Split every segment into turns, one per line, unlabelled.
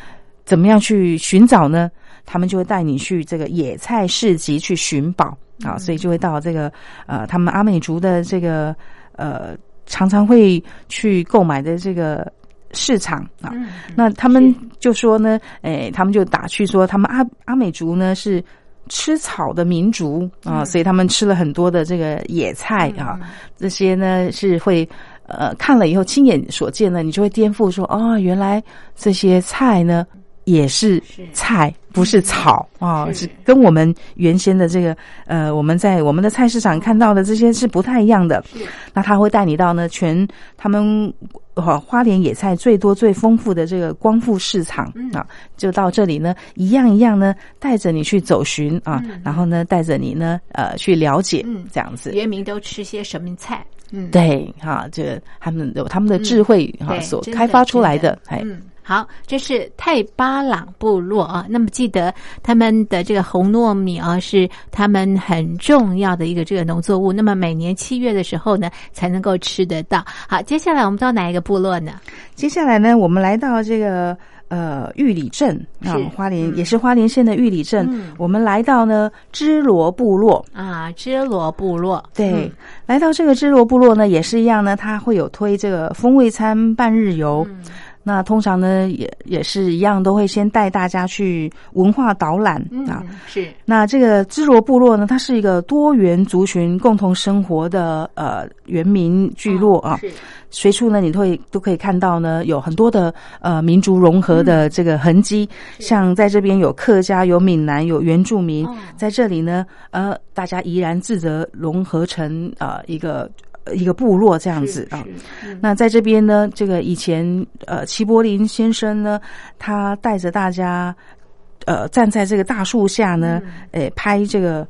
怎么样去寻找呢？他们就会带你去这个野菜市集去寻宝
嗯
啊，所以就会到这个呃，他们阿美族的这个呃，常常会去购买的这个市场啊，
嗯
那他们就说呢，诶、他们就打趣说，他们阿阿美族呢是吃草的民族啊、所以他们吃了很多的这个野菜啊，这些呢是会呃看了以后亲眼所见呢，你就会颠覆说，哦，原来这些菜呢也是
是嗯
菜，不是草啊、
是
是跟我们原先的这个呃我们在我们的菜市场看到的这些是不太一样的。那他会带你到呢全他们呃花莲野菜最多最丰富的这个光复市场、
嗯
啊，就到这里呢，一样一样呢，带着你去走寻啊，然后呢，带着你呢呃去了解，
嗯
这样子。
原名都吃些什么菜？嗯，
对，哈、这他们有他们的智慧哈、
对
所
真的
开发出来的，
真
哎，
嗯，好，这是泰巴朗部落啊。那么记得他们的这个红糯米啊，是他们很重要的一个这个农作物。那么每年七月的时候呢，才能够吃得到。好，接下来我们到哪一个部落呢？
接下来呢，我们来到这个呃玉里镇啊
是，
花莲、也是花莲县的玉里镇，
嗯
我们来到呢芝罗部落。
啊，支罗部落。
对，来到这个芝罗部落呢，也是一样呢，它会有推这个风味餐半日游。
嗯
那通常呢，也也是一样，都会先带大家去文化导览、
嗯，
啊。
嗯是
那这个芝罗部落呢，它是一个多元族群共同生活的呃原民聚落啊。
哦是
随处呢，你都会都可以看到呢，有很多的呃民族融合的这
嗯
个痕迹。像在这边有客家、有闽南、有原住民，
哦
在这里呢，呃，大家怡然自得融合成呃一个呃一个部落这样子啊。
是嗯
那在这边呢，这个以前呃齐柏林先生呢，他带着大家呃站在这个大树下呢，
嗯
诶、拍这个。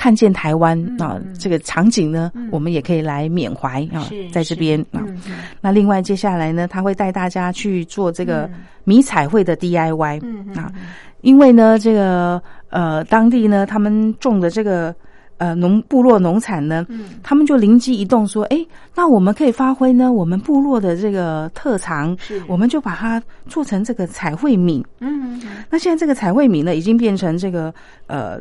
看见台湾啊，这个场景呢，我们也可以来缅怀啊
嗯是，
在这边啊。
嗯嗯
那另外接下来呢，他会带大家去做这个迷彩绘的 DIY、
嗯
啊，因为呢，这个呃当地呢，他们种的这个呃农部落农产呢，
嗯
他们就灵机一动说，哎，那我们可以发挥呢我们部落的这个特长
是，
我们就把它做成这个彩绘米。
嗯嗯
那现在这个彩绘米呢，已经变成这个呃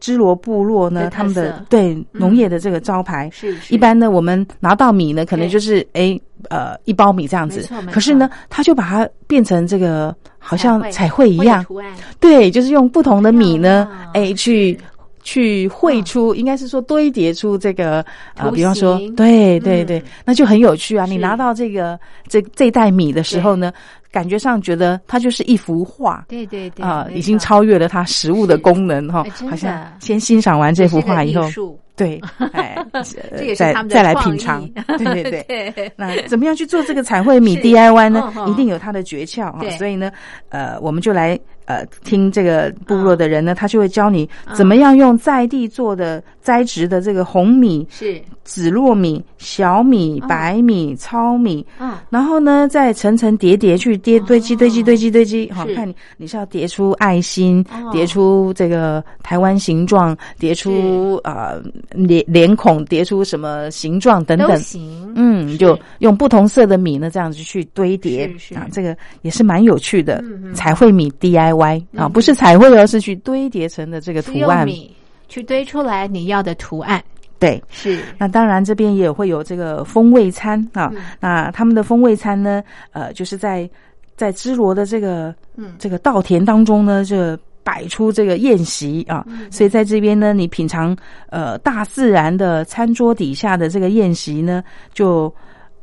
支罗部落呢
的特
他们的
色嗯
对农业的这个招牌。
是
一般呢，我们拿到米呢，可能就是哎呃一包米这样
没
子
错没，错
可是呢，它就把它变成这个好像
彩绘
彩绘一
会有
样，
图案
对，就是用不同的米呢
漂亮，
哎去。去绘出，应该是说堆叠出这个呃，
嗯图
比方说
形，
对对
嗯
对，那就很有趣啊！你
是
拿到这个这这一袋米的时候呢，感觉上觉得它就是一幅画
对对对
啊，
没
已经
错
超越了它食物的
是
功能哈
哎真。的
好像先欣赏完这幅
是个
画以
艺
后，
术
对，哎，
这
这
也是
再
他们的
再来
创
品
意
尝，对对对。
对
那怎么样去做这个彩绘米
是
DIY 呢
嗯？哼
一定有它的诀窍啊
对！
所以呢，呃，我们就来呃听这个部落的人呢，他就会教你
嗯
怎么样用在地做的栽植的这个红米、
是
紫糯米、小米、
嗯
白米、糙米，
嗯
然后呢，再层层叠叠去叠堆积、堆积、堆积、堆积，好
哦是
看你你是要叠出爱心
哦，
叠出这个台湾形状，叠出呃脸脸孔，叠出什么形状等
都
等。
行
嗯，就用不同色的米呢，这样子去堆叠
是是
啊，这个也是蛮有趣的
嗯嗯
彩绘米 DIY 啊，不是彩绘哦，是去堆叠成的这个
是
图
用
案。
米去堆出来你要的图案
对，
是
那当然这边也会有这个风味餐啊，
嗯
那他们的风味餐呢，呃，就是在在芝罗的这个
嗯
这个稻田当中呢，这摆出这个宴席啊，所以在这边呢，你品尝呃大自然的餐桌底下的这个宴席呢，就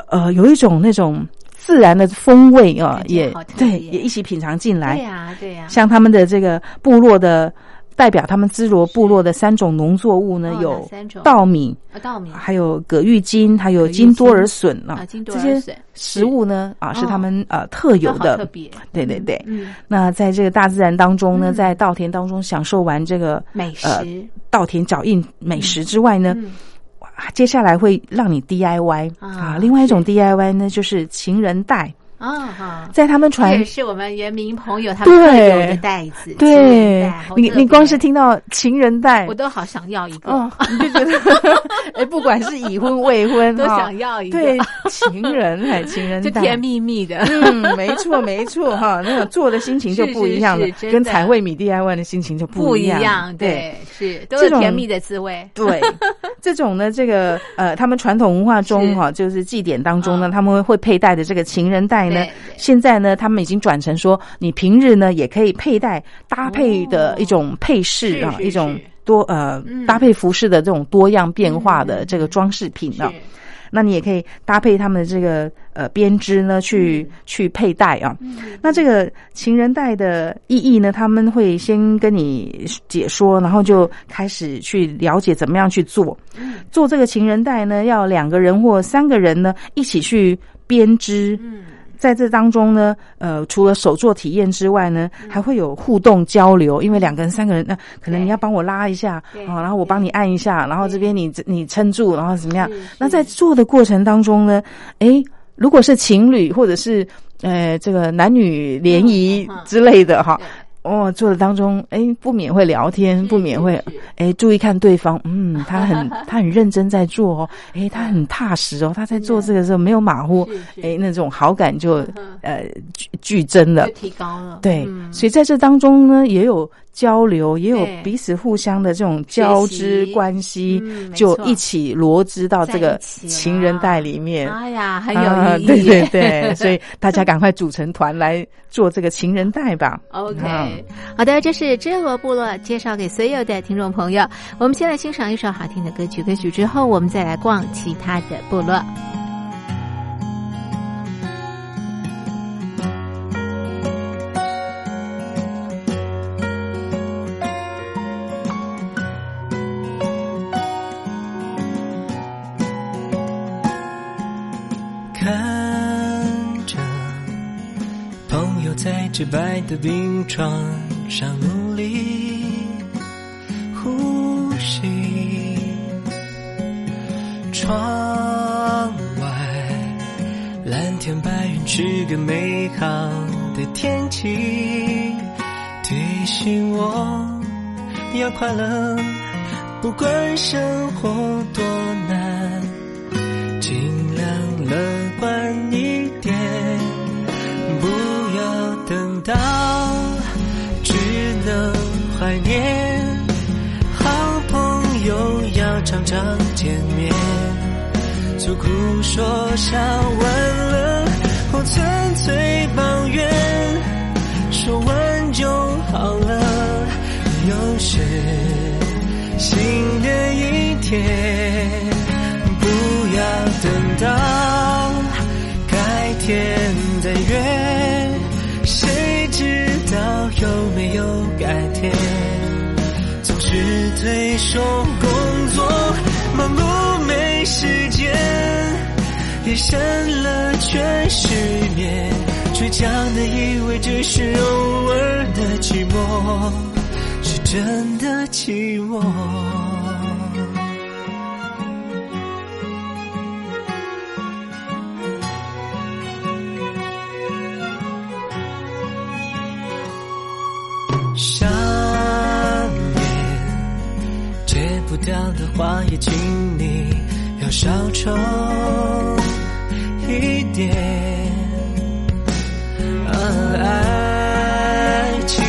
呃有一种那种自然的风味啊，
感觉
也
好特别啊
对，也一起品尝进来。
对呀对呀
像他们的这个部落的代表他们支罗部落的三种农作物呢，
哦哪
有
三种
哦稻米，
啊稻米
还有葛玉金，还有
葛玉
金多尔
金
笋啊
啊，金多
这
尔
些
笋
食物呢啊是
哦
他们呃特有
好特
的。
别，
对对对，
嗯，
那在这个大自然当中呢，
嗯
在稻田当中享受完这个
美食，
呃稻田脚印美食之外呢，
嗯
哇接下来会让你 DIY
啊
啊。另外一种 DIY 呢，就是情人带，
啊哈。
在他们
这
传
也是我们原民朋友他们特有的
对
袋子，
对
纸袋好
你
特别
你光是听到情人带
我，都好想要一个，
哦，你就觉得 哎，不管是已 婚未婚，
都
哈
想要一个，
对情 人哎，情人
就
带。
甜蜜蜜的，
嗯，没错没错哈，那种做的心情就是不
是
一样了，
是真
跟
的
彩绘米 DIY 的心情就
不
一
一
样。
样，
对，
对，是都
这
是
种
甜蜜的滋味，
对，这种呢，这个呃，他们传统文化中
是
哈、就是祭典当中呢，
嗯
他们会佩戴的这个情人带呢
对对，
现在呢，他们已经转成说，你平日呢也可以佩戴搭配的一种配饰、
哦是
啊，
是
一种
是
多呃、
嗯
搭配服饰的这种多样变化的
嗯
这个装饰品
是
啊。那你也可以搭配他们的这个呃编织呢，
嗯
去、去佩戴啊。那这个情人带的意义呢，他们会先跟你解说，然后就开始去了解怎么样去做。做这个情人带呢，要两个人或三个人呢一起去编织。
嗯，
在这当中呢，呃，除了手作体验之外呢，还会有互动交流，因为两个人、三个人，那、可
嗯
能
对
你要帮我拉一下，
对
哦，然后我帮你按一下，然后这边你你撑住，然后怎么样？
是
那
是
在做的过程当中呢，诶，如果是情侣或者是呃这个男女联谊
嗯嗯嗯
之类的哈
对，
哦，做的当中，诶，不免会聊天，不免会
是是
诶，注意看对方， 嗯，他很他很认真在做哦，诶，他很踏实哦，他在
嗯
做这个时候没有马虎
是，是
诶，哎那种好感就
嗯
呃剧剧增了
就。提高了，
呃对，
嗯
所以在这当中呢，也有交流，也有
对
彼此互相的这种交织
学习
关系，
嗯没
就
错
一起罗织到这个
在一起啦
情人带里面。
哎呀，很
啊
有意义，
对对 对，所以大家赶快组成团来做这个情人带吧。啊
OK，好的，这是真罗部落介绍给所有的听众朋友。我们先来欣赏一首好听的歌曲，歌曲之后我们再来逛其他的部落。
看着朋友在洁白的病床上努力呼吸，窗外蓝天白云是个美好的天气，提醒我要快乐，不管生活多难。尽量乐观一点，不要等到只能怀念。好朋友要常常见面，诉苦说笑完了，或纯粹抱怨，说完就好了。又是新的一天。不要等到改天再约，谁知道有没有改天？总是退休工作，忙碌没时间，夜深了却失眠，倔强的以为只是偶尔的寂寞，是真的寂寞。想念戒不掉的话，也请你要少抽一点。啊，爱情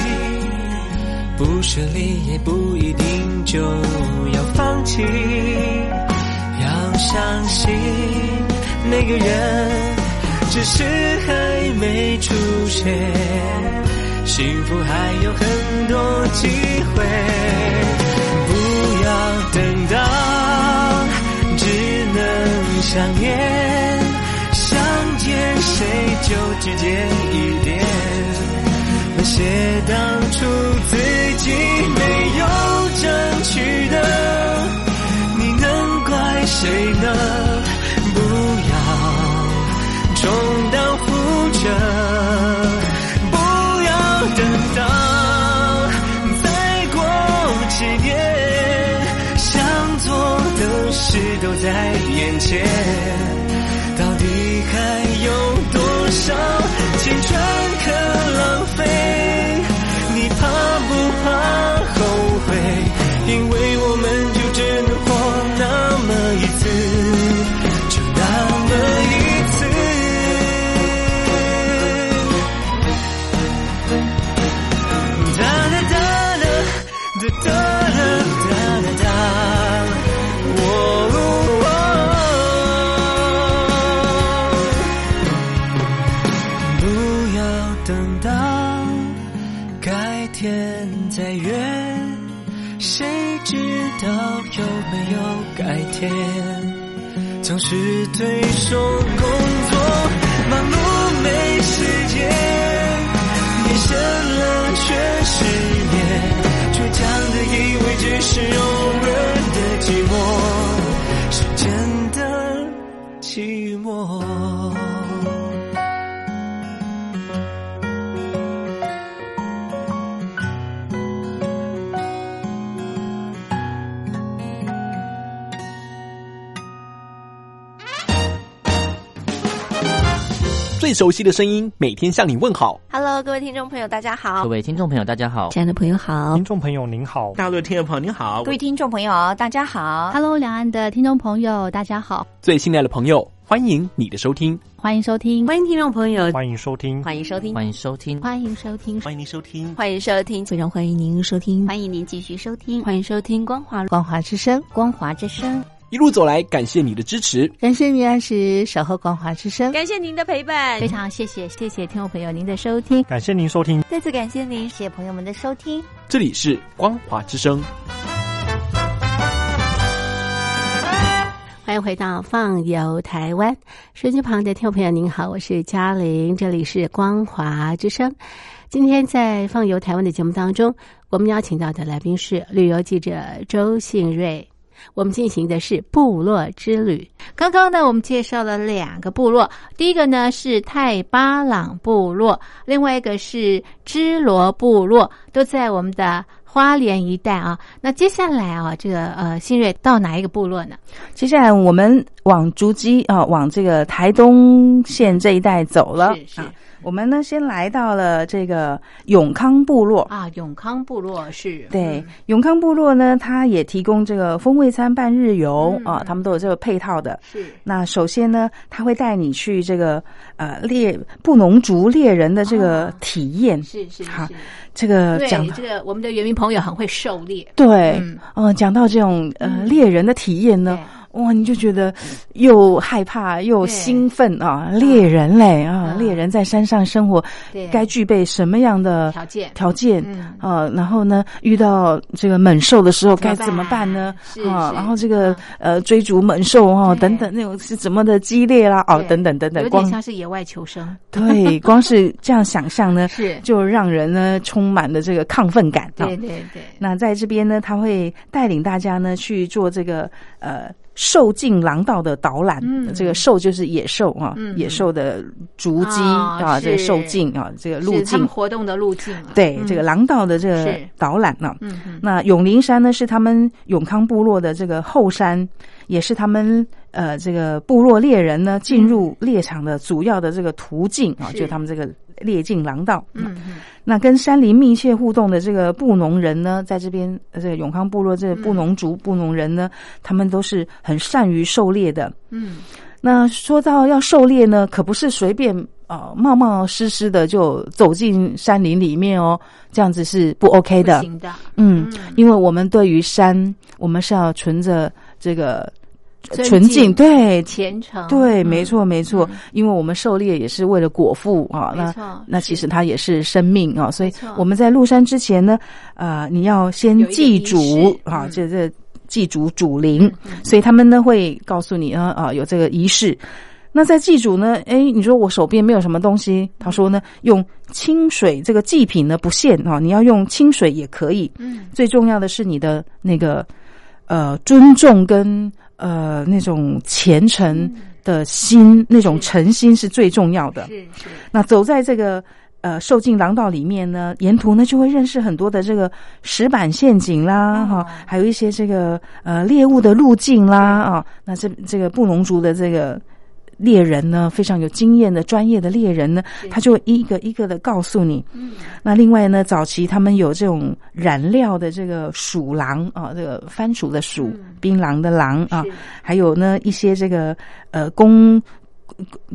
不顺利也不一定就要放弃，要相信那个人只是还没出现。幸福还有很多机会，不要等到只能想念，想见谁就直接一点，那些当初自己没有在眼前，到底还有多少青春可浪费？你怕不怕后悔？因为我们就只能活那么一次，就那么一次。哒啦哒啦哒哒啦哒啦哒，我、不要等到改天再约，谁知道有没有改天？总是对手工作忙碌没时间，夜深了却失眠，倔强的以为只是偶尔的寂寞，是真的寂寞。
最熟悉的声音，每天向你问好。
Hello，各位听众朋友，大家好
各。位听众朋友，大家好。
亲爱的朋友好
听众朋友您好，
大陆的听众朋友您好，
各位听众朋友，大家好。
Hello，两岸的听众朋友，大家好，
最信赖的朋友，欢迎你的收听。
欢迎收听，
欢迎听众朋友，
欢迎收听，
欢迎收听，
欢迎收听，
欢迎收听，
欢迎您收听。
欢迎收听，
非常欢迎您收听
欢迎您继续收听
欢迎收听光华
光华之声。
光华之声。
一路走来，感谢你的支持。
人生你按时守候光华之声，
感谢您的陪伴
非，常谢谢谢谢听众朋友您的收听，
感谢您收听。
再次感谢您。
谢谢朋友们的收听。
这里是光华之声。
欢迎回到《放游台湾》，手机旁的听众朋友您好，我是嘉玲，这里是光华之声。今天在《放游台湾》的节目当中，我们邀请到的来宾是旅游记者周信瑞。我们进行的是部落之旅，
刚刚呢，我们介绍了两个部落，第一个呢是泰巴朗部落，另外一个是芝罗部落，都在我们的花莲一带啊。那接下来啊，这个呃，新锐到哪一个部落呢？
接下来我们往竹鸡啊、往这个台东县这一带走了
是是
啊。我们呢，先来到了这个永康部落。
啊，永康部落是嗯
对，永康部落呢，它也提供这个风味餐半日游、
嗯
啊，他们都有这个配套的。
是
那首先呢，他会带你去这个呃猎布农族猎人的这个
哦
体验，
是是
好
是，
这个
对
讲
这个我们的原民朋友很会狩猎，
对，
嗯
哦，讲到这种呃
嗯
猎人的体验呢，哇，你就觉得又害怕又
对
兴奋啊！猎人嘞啊，
嗯
猎人在山上生活
对对
该具备什么样的
条件
条件？
嗯
呃，然后呢，遇到这个猛兽的时候该
怎
怎
么
么
办
办呢？
是
啊
是，嗯
然后这个呃追逐猛兽哦，
对
等等那种是怎么的激烈啦，哦
对，
等等等等
有，点
光
像是野外求生，
对，光是这样想象呢，
是
就让人呢充满了这个亢奋感啊
对。对对，
那在这边呢，他会带领大家呢去做这个呃兽进廊道的导览。
嗯
这个兽就是野兽啊，
嗯
野兽的足迹、
哦
啊，
是
这个兽径啊，这个路
是他
径
们。活动的路径啊，
对，
嗯
这个廊道的这个
是
导览呢、啊。
嗯嗯，
那永陵山呢，是他们永康部落的这个后山，也是他们呃这个部落猎人呢进入猎场的主要的这个途径啊，
嗯是
就他们这个猎进廊道。
嗯嗯
那跟山林密切互动的这个布农人呢，在这边呃这个永康部落这个
嗯
布农族、布农人呢，他们都是很善于狩猎的。
嗯，
那说到要狩猎呢，可不是随便呃冒冒失失的就走进山林里面哦，这样子是不 OK
不
的。
行的，
嗯，因为我们对于山，我们是要存着这个
尊
纯
敬
净，对
虔诚，
对，
嗯
没，错没错，因为我们狩猎也是为了果腹啊，
没
那
错，
那
是
其实它也是生命啊，所以
错
我们在入山之前呢，啊，你要先
有一个
祭
仪
祖
式
啊，
嗯
这这祭祖祖灵，所以他们呢会告诉你啊啊有这个仪式。那在祭祖呢，哎，你说我手边没有什么东西，他说呢，用清水这个祭品呢不限啊，你要用清水也可以。
嗯，
最重要的是你的那个呃尊重跟呃那种虔
嗯
嗯诚的心，那种诚心是最重要的。
是是，
那走在这个呃受尽廊道里面呢，沿途呢就会认识很多的这个石板陷阱啦，哈、还有一些这个呃猎物的路径啦啊。那这这个布农族的这个猎人呢，非常有经验的专业的猎人呢，他就一个一个的告诉你。
嗯，
那另外呢，早期他们有这种染料的这个鼠狼啊，这个番薯的薯
嗯，
槟榔的榔啊
是，
还有呢一些这个呃供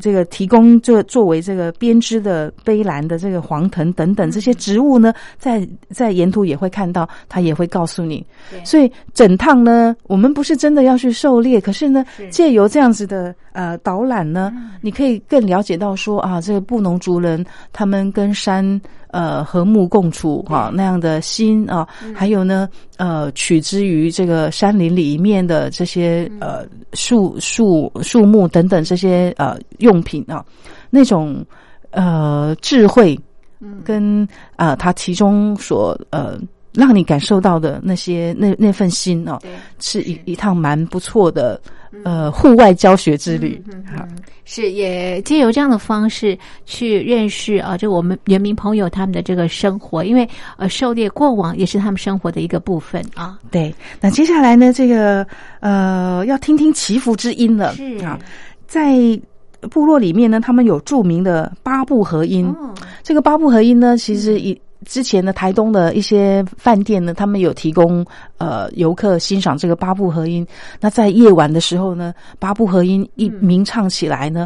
这个提供这作为这个编织的杯篮的这个黄藤等
嗯
等这些植物呢，在在沿途也会看到，它也会告诉你
对。
所以整趟呢，我们不是真的要去狩猎，可是呢
是，嗯
借由这样子的呃导览呢，你可以更了解到说啊，这个布农族人他们跟山呃和睦共处啊那样的心啊，
嗯
还有呢呃取之于这个山林里面的这些
嗯
呃树树树木等等这些呃用品啊，那种呃智慧
嗯
跟啊、呃、它其中所呃。让你感受到的那些那那份心哦，
对，
是一一趟蛮不错的呃户外教学之旅。
嗯嗯，是也借由这样的方式去认识啊，就我们原民朋友他们的这个生活，因为呃，狩猎过往也是他们生活的一个部分啊。
对，那接下来呢，这个呃，要听听祈福之音了
是
啊，在部落里面呢，他们有著名的八部合音。
嗯，
这个八部合音呢，其实以之前呢，台东的一些饭店呢，他们有提供呃游客欣赏这个八部合音。那在夜晚的时候呢，八部合音
嗯
一鸣唱起来呢，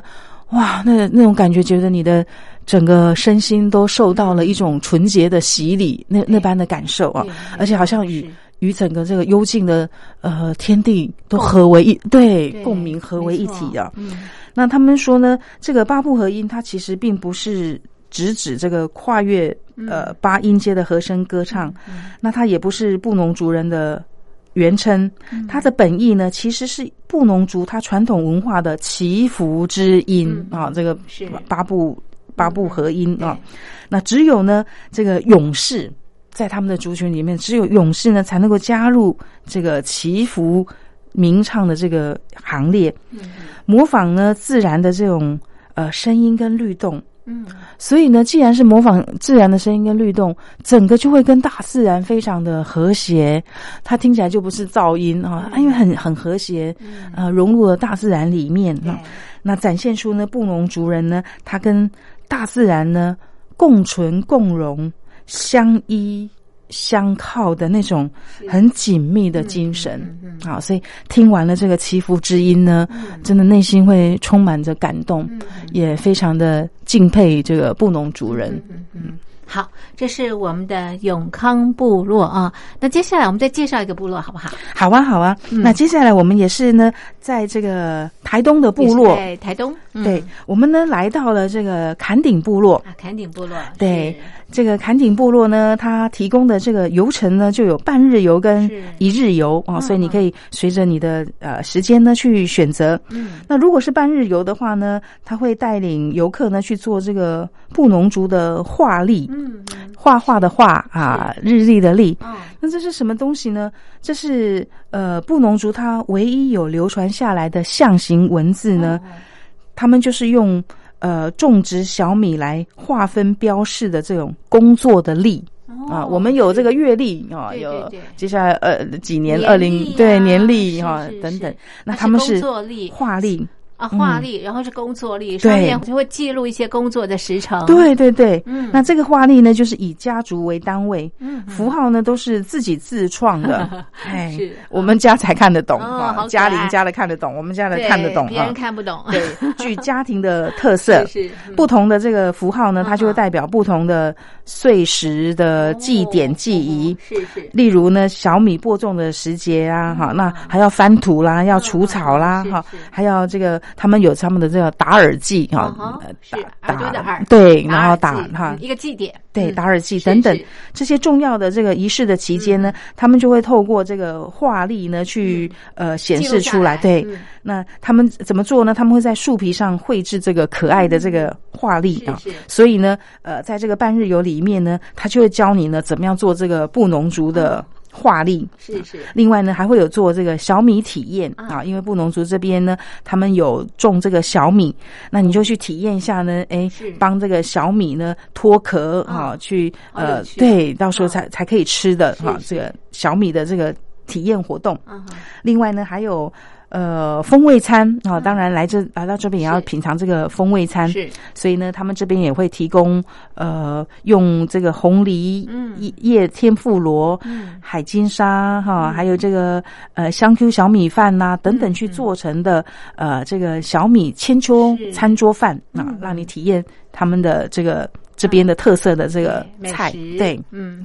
哇，那那种感觉，觉得你的整个身心都受到了一种纯洁的洗礼，那那般的感受啊
对，
而且好像与
是
与整个这个幽静的呃天地都合为一，对，
对
共鸣合为一体啊。
嗯，
那他们说呢，这个八部合音它其实并不是直指这个跨越
嗯
呃八音阶的和声歌唱，那它也不是布农族人的原称，
嗯
它的本意呢其实是布农族它传统文化的祈福之音、
嗯
啊，这个
是
八部八部合音
对
啊。那只有呢，这个勇士在他们的族群里面，只有勇士呢才能够加入这个祈福鸣唱的这个行列，模仿呢自然的这种呃声音跟律动。
嗯，
所以呢，既然是模仿自然的声音跟律动，整个就会跟大自然非常的和谐，它听起来就不是噪音啊，因为很很和谐，
嗯
呃，融入了大自然里面啊。那展现出呢布农族人呢，他跟大自然呢共存共荣、相依相靠的那种很紧密的精神。
嗯
好，所以听完了这个祈福之音呢，啊真的内心会充满着感动，
嗯
也非常的敬佩这个布农族
嗯
人。嗯
好，这是我们的永康部落啊。那接下来我们再介绍一个部落好不好？
好啊，好啊。
嗯
那接下来我们也是呢，在这个台东的部
也
落
是，在台东，嗯
对我们呢来到了这个坎顶部落。
啊，坎顶部落，
对这个坎顶部落呢，它提供的这个游程呢，就有半日游跟
是嗯
一日游啊、哦，所以你可以随着你的呃时间呢去选择。
嗯，
那如果是半日游的话呢，它会带领游客呢去做这个布农族的画历，
嗯，
画画的画啊，日历的历。
哦，
那这是什么东西呢？这是呃布农族它唯一有流传下来的象形文字呢，
嗯
他们就是用呃种植小米来划分标示的这种工作的力。
哦
啊，我们有这个月历啊，
对对
有
对
接下来呃几年
年
二零
历
对
啊
年历
是
啊
是
等等
是，
那
它
他们
是
是
工作历
画历，
啊，
嗯
画历，然后是工作历，上面就会记录一些工作的时程。，
对对对，
啊嗯
那这个画历呢，就是以家族为单位，
嗯
符号呢都是自己自创的， 哎
是
我们家才看得懂
哦好可
啊，
爱
家邻家的看得懂，我们家的看得懂
别
啊
人，看不懂。。
对，具家庭的特色
是嗯
不同的这个符号呢，
嗯
它就会代表不同的岁时的祭典祭仪。
哦是是
例如呢，小米播种的时节啊，哈、那还要翻土啦，要除草啦，
嗯
哈、
是是
还要这个他们有他们的这个打耳祭
嗯
啊，
哼
呃
是耳朵的耳
对，
打
然后
耳
打
祭
哈
嗯，一个祭典，
对，
嗯
打耳祭
是
等等
是
这些重要的这个仪式的期间
嗯
呢，他们就会透过这个画力呢去呃显
嗯记录
示
下
出来。
来
对
嗯，
那他们怎么做呢？他们会在树皮上绘制这个可爱的这个画力啊
嗯是是。
所以
嗯
呢，呃，在这个半日游里面呢，他就会教你呢怎么样做这个布农族的。画力。
是是，
另外呢，还会有做这个小米体验
啊
啊，因为布农族这边呢，他们有种这个小米，那你就去体验一下呢，哎
是，
帮这个小米呢脱壳
嗯啊
啊，去
好有
呃，
趣
对，到时候
啊
才才可以吃的
是
啊，
是
这个小米的这个体验活动。
嗯哼，
另外呢，还有呃风味餐啊，当然来这来到这边也要
嗯是
品尝这个风味餐，
是
所以呢，他们这边也会提供呃用这个红梨、
嗯
叶叶天妇罗、
嗯
海金沙哈，
嗯
还有这个呃香 Q 小米饭呐、等
嗯
等去做成的、呃这个小米千秋
是
餐桌饭啊，
嗯
让你体验他们的这个这边的特色的这个
对美
菜
食
对。
嗯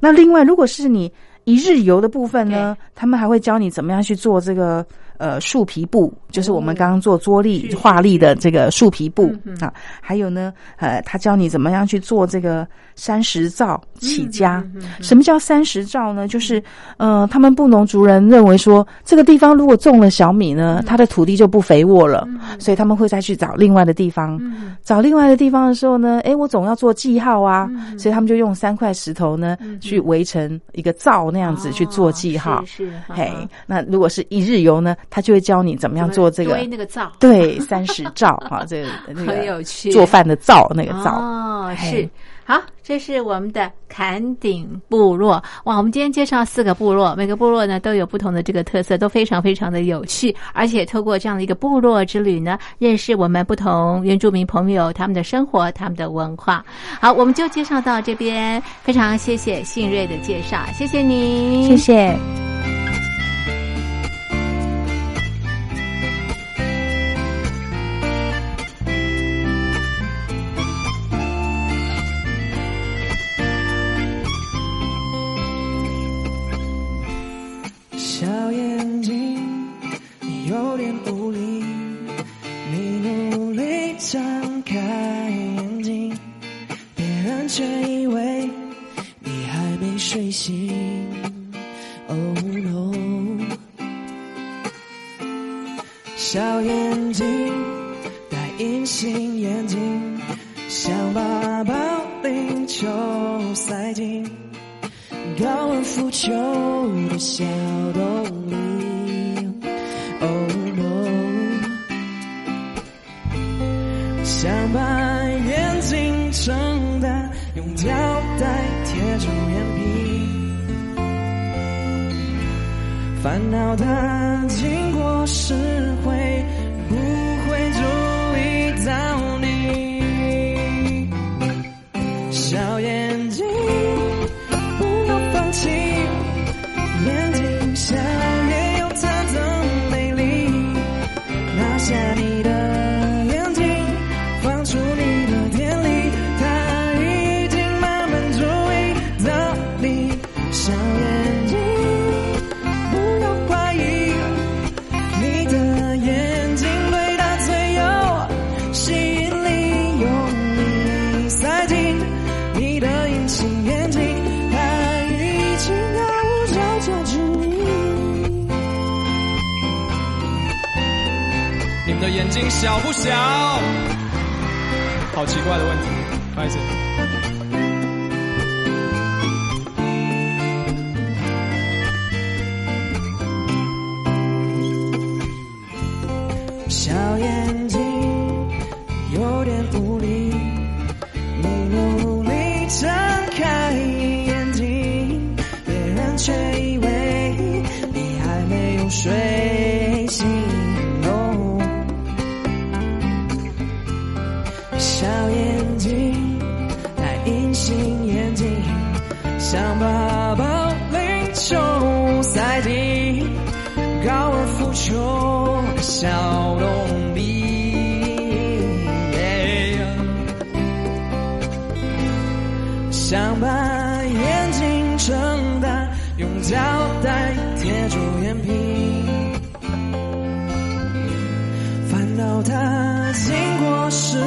那另外，如果是你一日游的部分呢，他们还会教你怎么样去做这个呃树皮布，就是我们刚刚做桌
是
立
哦是
画立的这个树皮布
嗯嗯
啊。还有呢，呃，他教你怎么样去做这个三十灶起家。
嗯嗯嗯
什么叫三十兆呢？就是，呃，他们布农族人认为说，这个地方如果种了小米
嗯
呢，它的土地就不肥沃了，所以他们会再去找另外的地方。
嗯
找另外的地方的时候呢，诶，我总要做记号啊，
嗯
所以他们就用三块石头呢、
嗯
去围成一个灶那样子去做记号
哦。是是，
嘿
嗯，
那如果是一日游呢，他就会教你怎么样做这个
堆那个灶，
对三十灶啊，这个那
很
个
有趣，
做饭的灶那个灶。
哦，
嘿
是好，这是我们的坎顶部落哇！我们今天介绍四个部落，每个部落呢都有不同的这个特色，都非常非常的有趣，而且透过这样的一个部落之旅呢，认识我们不同原住民朋友他们的生活、他们的文化。好，我们就介绍到这边，非常谢谢信瑞的介绍，谢谢您，
谢谢。
小眼睛有点无力，你努力张开眼睛，别人却以为你还没睡醒。Oh no！小眼睛戴隐形眼镜，想把保龄球塞进。高尔夫球的小洞里。Oh no！想把眼睛撑大，用胶带贴住眼皮。烦恼它经过时会不会注意到你？小眼睛。不要放弃，眼睛小也有它的美丽。拿下你的眼睛，放出你的电力，它已经慢慢注意到你。小眼睛，不要怀疑，你的眼睛对它最有吸引力，用力塞进你的隐形眼睛，它已经要找抓住你。
你们的眼睛小不小？好奇怪的问题，不好意思。
小眼睛有点无力，你努力睁开眼睛，别人却以为你还没有睡醒。哦，小眼睛戴隐形眼镜，想把保龄球塞进。高尔夫球的小洞里。想把眼睛撑大，用胶带贴住眼皮。烦恼它经过时